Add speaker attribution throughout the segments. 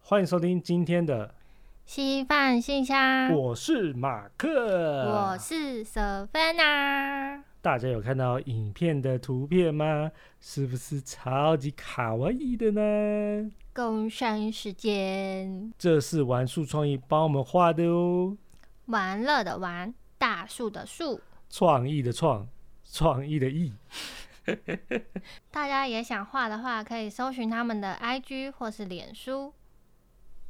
Speaker 1: 欢迎收听今天的，
Speaker 2: 稀饭信箱，
Speaker 1: 我是马克。
Speaker 2: 嗯我是 Savannah。
Speaker 1: 大家有看到影片的图片吗？是不是超级卡哇伊的呢？
Speaker 2: 工商时间，
Speaker 1: 这是玩树创意帮我们画的哦，
Speaker 2: 玩乐的玩，大树的树。
Speaker 1: 创意的创，创意的意。
Speaker 2: 大家也想画的话，可以搜寻他们的 IG 或是脸书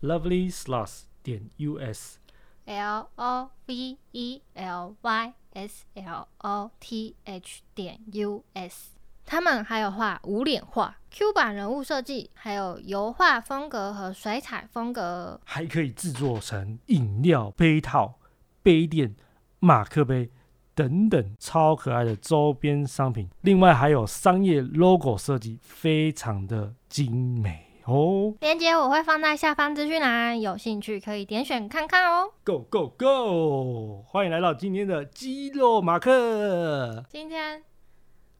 Speaker 1: Lovely Slots 点 US，
Speaker 2: L O V E L Y S L O T H 点 U S。他们还有画无脸画、Q 版人物设计，还有油画风格和水彩风格。
Speaker 1: 还可以制作成饮料杯套、杯垫、马克杯等等超可爱的周边商品。另外还有商业 logo 设计，非常的精美哦。
Speaker 2: 链接我会放在下方资讯栏，有兴趣可以点选看看哦。
Speaker 1: Go Go Go！欢迎来到今天的肌肉马克。
Speaker 2: 今天，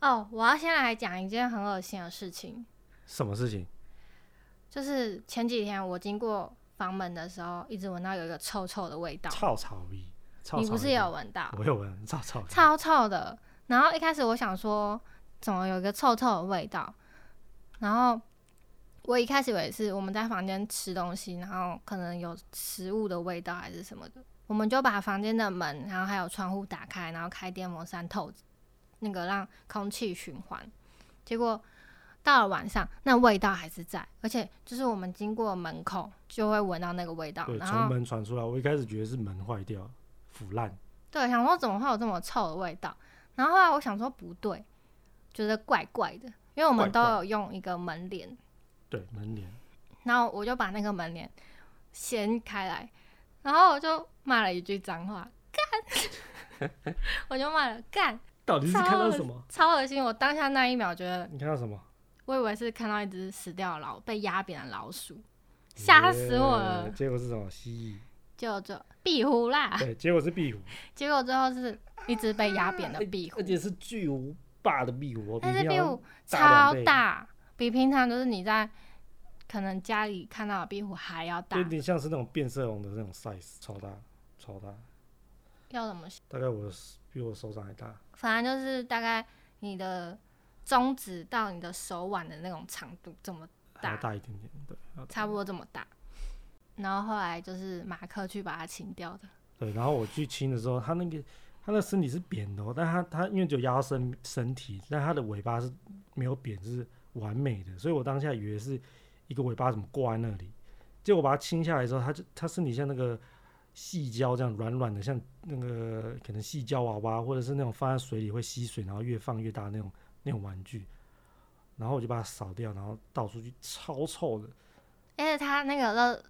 Speaker 2: 哦，我要先来讲一件很恶心的事情，
Speaker 1: 什么事情？
Speaker 2: 就是前几天我经过房门的时候，一直闻到有一个臭臭的味道，
Speaker 1: 臭草鱼。臭
Speaker 2: 你
Speaker 1: 草
Speaker 2: 不是
Speaker 1: 鱼
Speaker 2: 也有？闻到？
Speaker 1: 我有闻，臭草鱼。
Speaker 2: 超臭的。然后一开始我想说，怎么有一个臭臭的味道？然后我一开始以为是我们在房间吃东西，然后可能有食物的味道还是什么的，我们就把房间的门，然后还有窗户打开，然后开电风扇透那个让空气循环。结果到了晚上，那味道还是在，而且就是我们经过门口就会闻到那个味道，
Speaker 1: 对，
Speaker 2: 然
Speaker 1: 从
Speaker 2: 后
Speaker 1: 门传出来，我一开始觉得是门坏掉了，腐烂。
Speaker 2: 对，想说怎么会有这么臭的味道？然后后来我想说不对，觉得怪怪的，因为我
Speaker 1: 怪
Speaker 2: 们都
Speaker 1: 怪
Speaker 2: 有用一个门帘，
Speaker 1: 对，门帘。
Speaker 2: 然后我就把那个门帘掀开来，然后我就骂了一句脏话， 干，我就骂了干，
Speaker 1: 到底是看到什么？
Speaker 2: 超恶心！我当下那一秒觉得，
Speaker 1: 你看到什么？
Speaker 2: 我以为是看到一只死掉的老被压扁的老鼠，吓死我了啊
Speaker 1: 耶结果是什么？蜥蜴。
Speaker 2: 就就壁虎啦，
Speaker 1: 对，结果是壁虎，
Speaker 2: 结果最后是一只被压扁的壁虎
Speaker 1: 而，且是巨无霸的壁虎哦，比
Speaker 2: 但是
Speaker 1: 平
Speaker 2: 壁
Speaker 1: 常
Speaker 2: 虎
Speaker 1: 大
Speaker 2: 超
Speaker 1: 两倍
Speaker 2: 大，比平常就是你在可能家里看到的壁虎还要大
Speaker 1: 有。点像是那种变色龙的那种 size，超大，超大，
Speaker 2: 要怎么形？
Speaker 1: 大概我的比我手掌还大。
Speaker 2: 反正就是大概你的中指到你的手腕的那种长度，这么
Speaker 1: 还要
Speaker 2: 大
Speaker 1: 大一点点，对，还要大
Speaker 2: 差不多这么大。然后后来就是马克去把它清掉的，
Speaker 1: 对。然后我去亲的时候，它那个它的身体是扁的、哦，但它它因为只有压到身身体，但它的尾巴是没有扁，就是完美的，所以我当下以为是一个尾巴怎么挂在那里，结果把它亲下来之后，它就它身体像那个细胶这样软软的，像那个可能细胶娃娃，或者是那种放在水里会吸水，然后越放越大那种那种玩具。然后我就把它扫掉，然后倒出去，超臭的。
Speaker 2: 而且他那个乐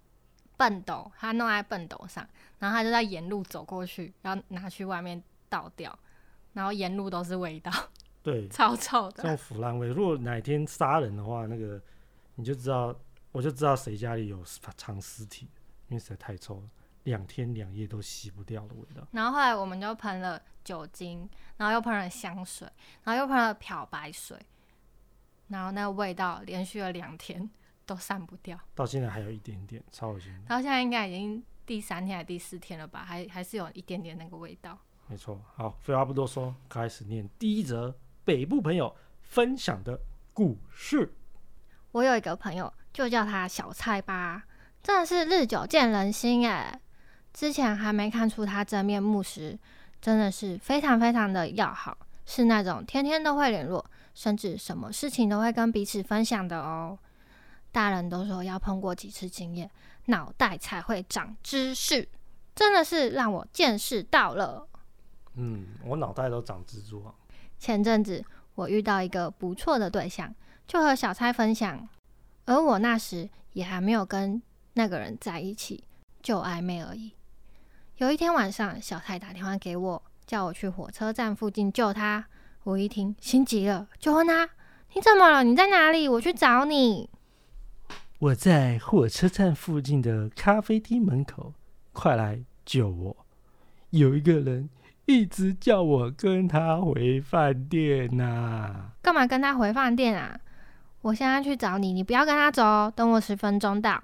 Speaker 2: 笨斗，他弄在笨斗上，然后他就在沿路走过去，然后拿去外面倒掉，然后沿路都是味道，
Speaker 1: 对，
Speaker 2: 超臭
Speaker 1: 这
Speaker 2: 的。
Speaker 1: 种腐烂味，如果哪天杀人的话，那个你就知道，我就知道谁家里有藏尸体，因为实在太臭了，两天两夜都洗不掉的味道。
Speaker 2: 然后后来我们就喷了酒精，然后又喷了香水，然后又喷了漂白水，然后那个味道连续了两天都散不掉，
Speaker 1: 到现在还有一点点，超恶心的。
Speaker 2: 然后现在应该已经第三天还是第四天了吧，还还是有一点点那个味道。
Speaker 1: 没错，好，废话不多说，开始念第一则北部朋友分享的故事。
Speaker 2: 我有一个朋友，就叫他小蔡吧，真的是日久见人心哎。之前还没看出他真面目时，真的是非常非常的要好，是那种天天都会联络，甚至什么事情都会跟彼此分享的哦。大人都说要碰过几次经验，脑袋才会长知识，真的是让我见识到了。
Speaker 1: 嗯，我脑袋都长蜘蛛网。
Speaker 2: 前阵子我遇到一个不错的对象，就和小蔡分享，而我那时也还没有跟那个人在一起，就暧昧而已。有一天晚上，小蔡打电话给我，叫我去火车站附近救他。我一听心急了，就问他：“你怎么了？你在哪里？我去找你。
Speaker 1: 我在火车站附近的咖啡厅门口，快来救我！有一个人一直叫我跟他回饭店呐、”
Speaker 2: 干嘛跟他回饭店啊？我现在去找你，你不要跟他走哦，等我十分钟到。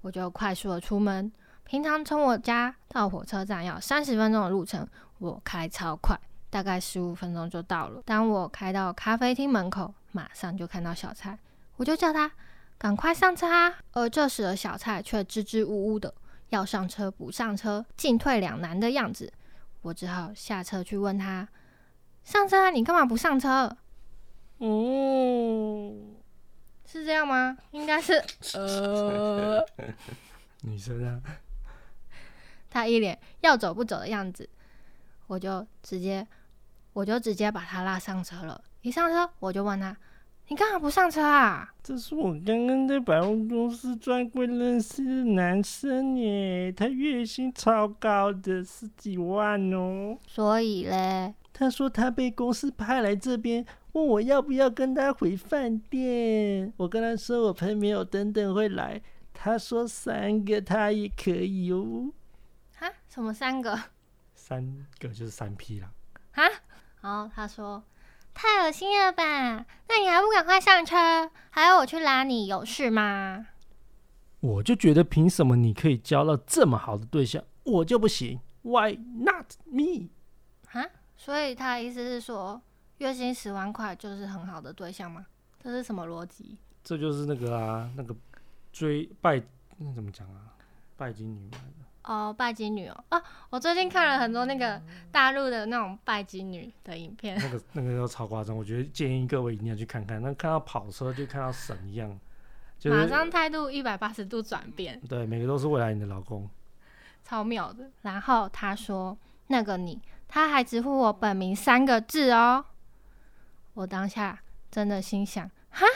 Speaker 2: 我就快速的出门。平常从我家到火车站要三十分钟的路程，我开超快，大概十五分钟就到了。当我开到咖啡厅门口，马上就看到小蔡，我就叫他赶快上车啊！而这时的小蔡却支支吾吾的，要上车不上车，进退两难的样子。我只好下车去问他：“上车啊，你干嘛不上车？
Speaker 1: 嗯，
Speaker 2: 哦是这样吗？应该是……呃。”
Speaker 1: 女生啊，
Speaker 2: 他一脸要走不走的样子，我就直接我就直接把他拉上车了。一上车我就问他：“你干嘛不上车啊
Speaker 1: 这是我刚刚在百货公司专柜认识的男生耶，他月薪超高的，十几万哦。？”
Speaker 2: 所以嘞，
Speaker 1: 他说他被公司派来这边，问我要不要跟他回饭店。我跟他说我朋友等等会来，他说三个他也可以哦。
Speaker 2: 哈，什么三个
Speaker 1: 三个就是三 P 啦，
Speaker 2: 哈？然后他说：“太恶心了吧？那你还不赶快上车？还要我去拉你，有事吗
Speaker 1: 我就觉得凭什么你可以交到这么好的对象，我就不行？Why not me？？”
Speaker 2: 哈，所以他的意思是说，月薪十万块就是很好的对象吗？这是什么逻辑？
Speaker 1: 这就是那个啊，那个追拜那怎么讲啊？拜金女嘛，
Speaker 2: 哦，拜金女哦，啊，我最近看了很多那个大陆的那种拜金女的影片，
Speaker 1: 那个那个要超夸张。我觉得建议各位一定要去看看，那看到跑车就看到神一样，就
Speaker 2: 马
Speaker 1: 是
Speaker 2: 上态度一百八十度转变，
Speaker 1: 对每个都是未来你的老公。
Speaker 2: 超妙的。然后他说那个你，他还直呼我本名三个字哦，我当下真的心想，哈，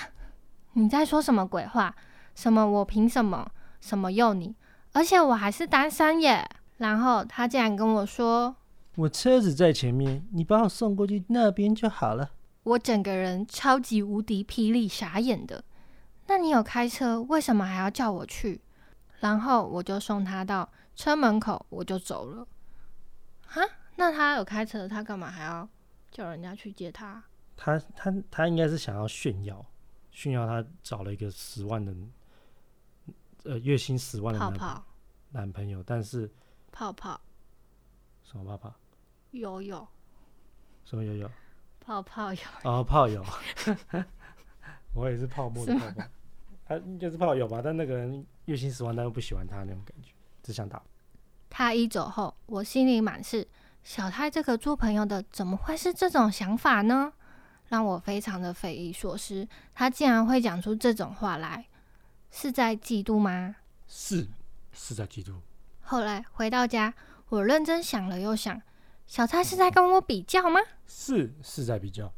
Speaker 2: 你在说什么鬼话？什么我凭什么？什么用你？而且我还是单身耶。然后他竟然跟我说，
Speaker 1: 我车子在前面，你把我送过去那边就好了。
Speaker 2: 我整个人超级无敌霹雳傻眼的。那你有开车，为什么还要叫我去？然后我就送他到车门口，我就走了。哈，那他有开车，他干嘛还要叫人家去接他？
Speaker 1: 他他他应该是想要炫耀，炫耀他找了一个十万的，呃，月薪十万的
Speaker 2: 泡
Speaker 1: 男
Speaker 2: 泡
Speaker 1: 男朋友，但是
Speaker 2: 泡泡
Speaker 1: 什么泡泡，
Speaker 2: 游泳
Speaker 1: 什么友友，
Speaker 2: 泡泡游，
Speaker 1: 哦，炮 友，我也是泡沫的泡泡，他应该是炮友吧？但那个人月薪十万，但又不喜欢他那种感觉，只想打。
Speaker 2: 他一走后，我心里满是小泰这个做朋友的怎么会是这种想法呢？让我非常的匪夷所思，他竟然会讲出这种话来，是在嫉妒吗？
Speaker 1: 是是在嫉妒，
Speaker 2: 后来回到家，我认真想了又想，小蔡是在跟我比较吗？
Speaker 1: 是是在比较，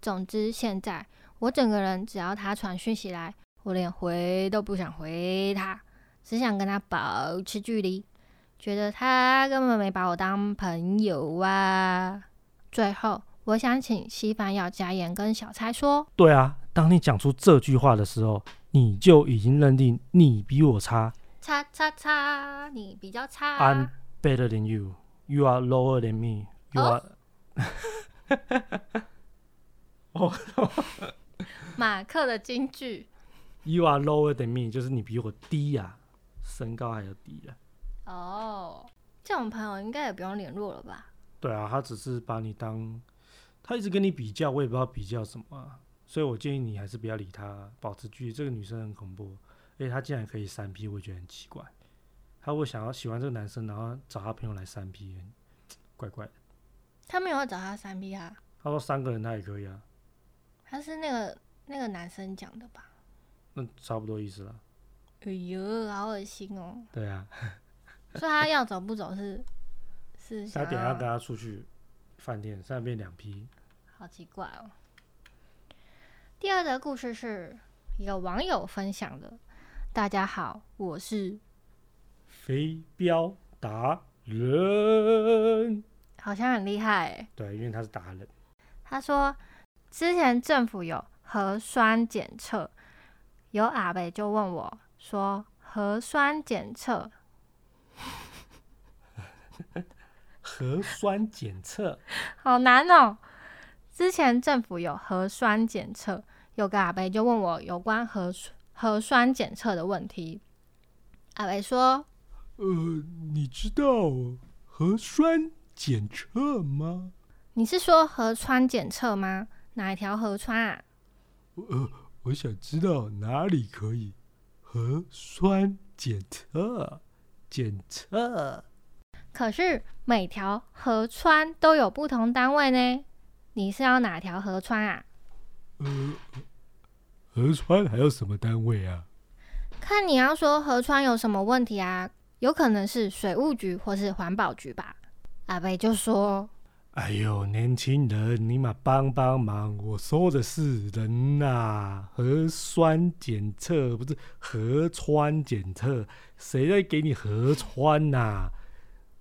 Speaker 2: 总之，现在我整个人只要他传讯息来，我连回都不想回他，只想跟他保持距离，觉得他根本没把我当朋友啊。最后，我想请稀饭要加盐跟小蔡说，
Speaker 1: 对啊。当你讲出这句话的时候，你就已经认定你比我差
Speaker 2: 叉叉叉，你比较差。
Speaker 1: ，I'm better than you, you are lower than me, you are、
Speaker 2: 马克的金句
Speaker 1: you are lower than me，就是你比我低呀、身高还要低啊呀、
Speaker 2: 哦，这种朋友应该也不用联络了吧？
Speaker 1: 对啊，他只是把你当，他一直跟你比较，我也不知道比较什么啊、所以我建议你还是不要理他，保持距离。这个女生很恐怖，而且她竟然可以三 P，我也觉得很奇怪。她会想要喜欢这个男生，然后找他朋友来三 P，很怪怪的。
Speaker 2: 他没有找他三 P 啊，
Speaker 1: 他说三个人他也可以啊，
Speaker 2: 他是那个那个男生讲的吧？
Speaker 1: 那差不多意思了。
Speaker 2: 哎呦，好恶心哦！
Speaker 1: 对啊，
Speaker 2: 所以他要走不走是是
Speaker 1: 他
Speaker 2: 想
Speaker 1: 等一下跟他出去饭店，现在变两批。
Speaker 2: 好奇怪哦。第二则故事是一个网友分享的。大家好，我是
Speaker 1: 飞镖达人，
Speaker 2: 好像很厉害欸。
Speaker 1: 对，因为他是达人。
Speaker 2: 他说，之前政府有核酸检测，有阿北就问我说，核酸检测
Speaker 1: 核酸检测，
Speaker 2: 好难哦。之前政府有核酸检测，有个阿伯就问我有关核酸核酸检测的问题，阿伟说
Speaker 1: 呃，你知道核酸检测吗？：“
Speaker 2: 你是说河川检测吗？哪一条河川啊？
Speaker 1: 呃，我想知道哪里可以核酸检测检测。
Speaker 2: 可是每条河川都有不同单位呢，你是要哪条河川啊？
Speaker 1: 呃，核酸还有什么单位啊？
Speaker 2: 看你要说河川有什么问题啊？有可能是水务局或是环保局吧。”阿北就说
Speaker 1: 哎呦，年轻人，你嘛帮帮忙！我说的是人呐、啊核酸检测不是河川检测，谁在给你河川呐、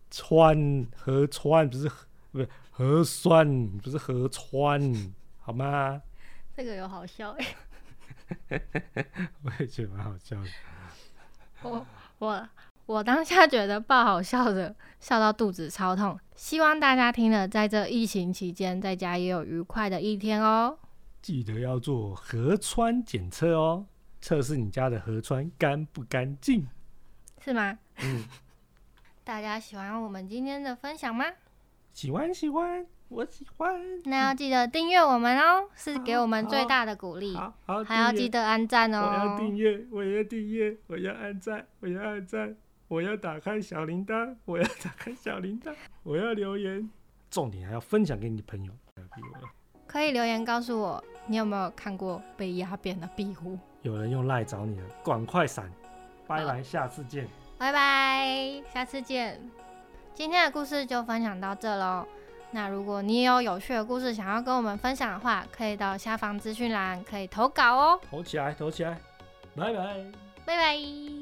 Speaker 1: 川河川不是河不是核酸，不是河川，好吗？：“
Speaker 2: 这个有好笑欸
Speaker 1: 我也觉得蛮好笑的。
Speaker 2: 我我我当下觉得爆好笑的，笑到肚子超痛。希望大家听了，在这疫情期间，在家也有愉快的一天哦。
Speaker 1: 记得要做河川检测哦，测试你家的河川干不干净。
Speaker 2: 是吗？
Speaker 1: 嗯，
Speaker 2: 大家喜欢我们今天的分享吗？
Speaker 1: 喜欢喜欢，我喜欢。
Speaker 2: 那要记得订阅我们哦，是给我们
Speaker 1: 好
Speaker 2: 最大的鼓励。
Speaker 1: 好好，
Speaker 2: 嗯还要
Speaker 1: 订阅
Speaker 2: 记得按赞
Speaker 1: 我要
Speaker 2: 哦。
Speaker 1: 订阅，我要订阅，我要按赞，我要按赞，我要打开小铃铛， 我要打开小铃铛，我要留言。重点还要分享给你的朋友。
Speaker 2: 可以留言告诉我，你有没有看过被压扁的壁虎？
Speaker 1: 有人用赖找你了，赶快闪！拜拜，下次见。
Speaker 2: 拜拜，下次见。今天的故事就分享到这喽。那如果你也有有趣的故事想要跟我们分享的话，可以到下方资讯栏可以投稿哦。
Speaker 1: 投起来，投起来，拜拜。
Speaker 2: 拜拜。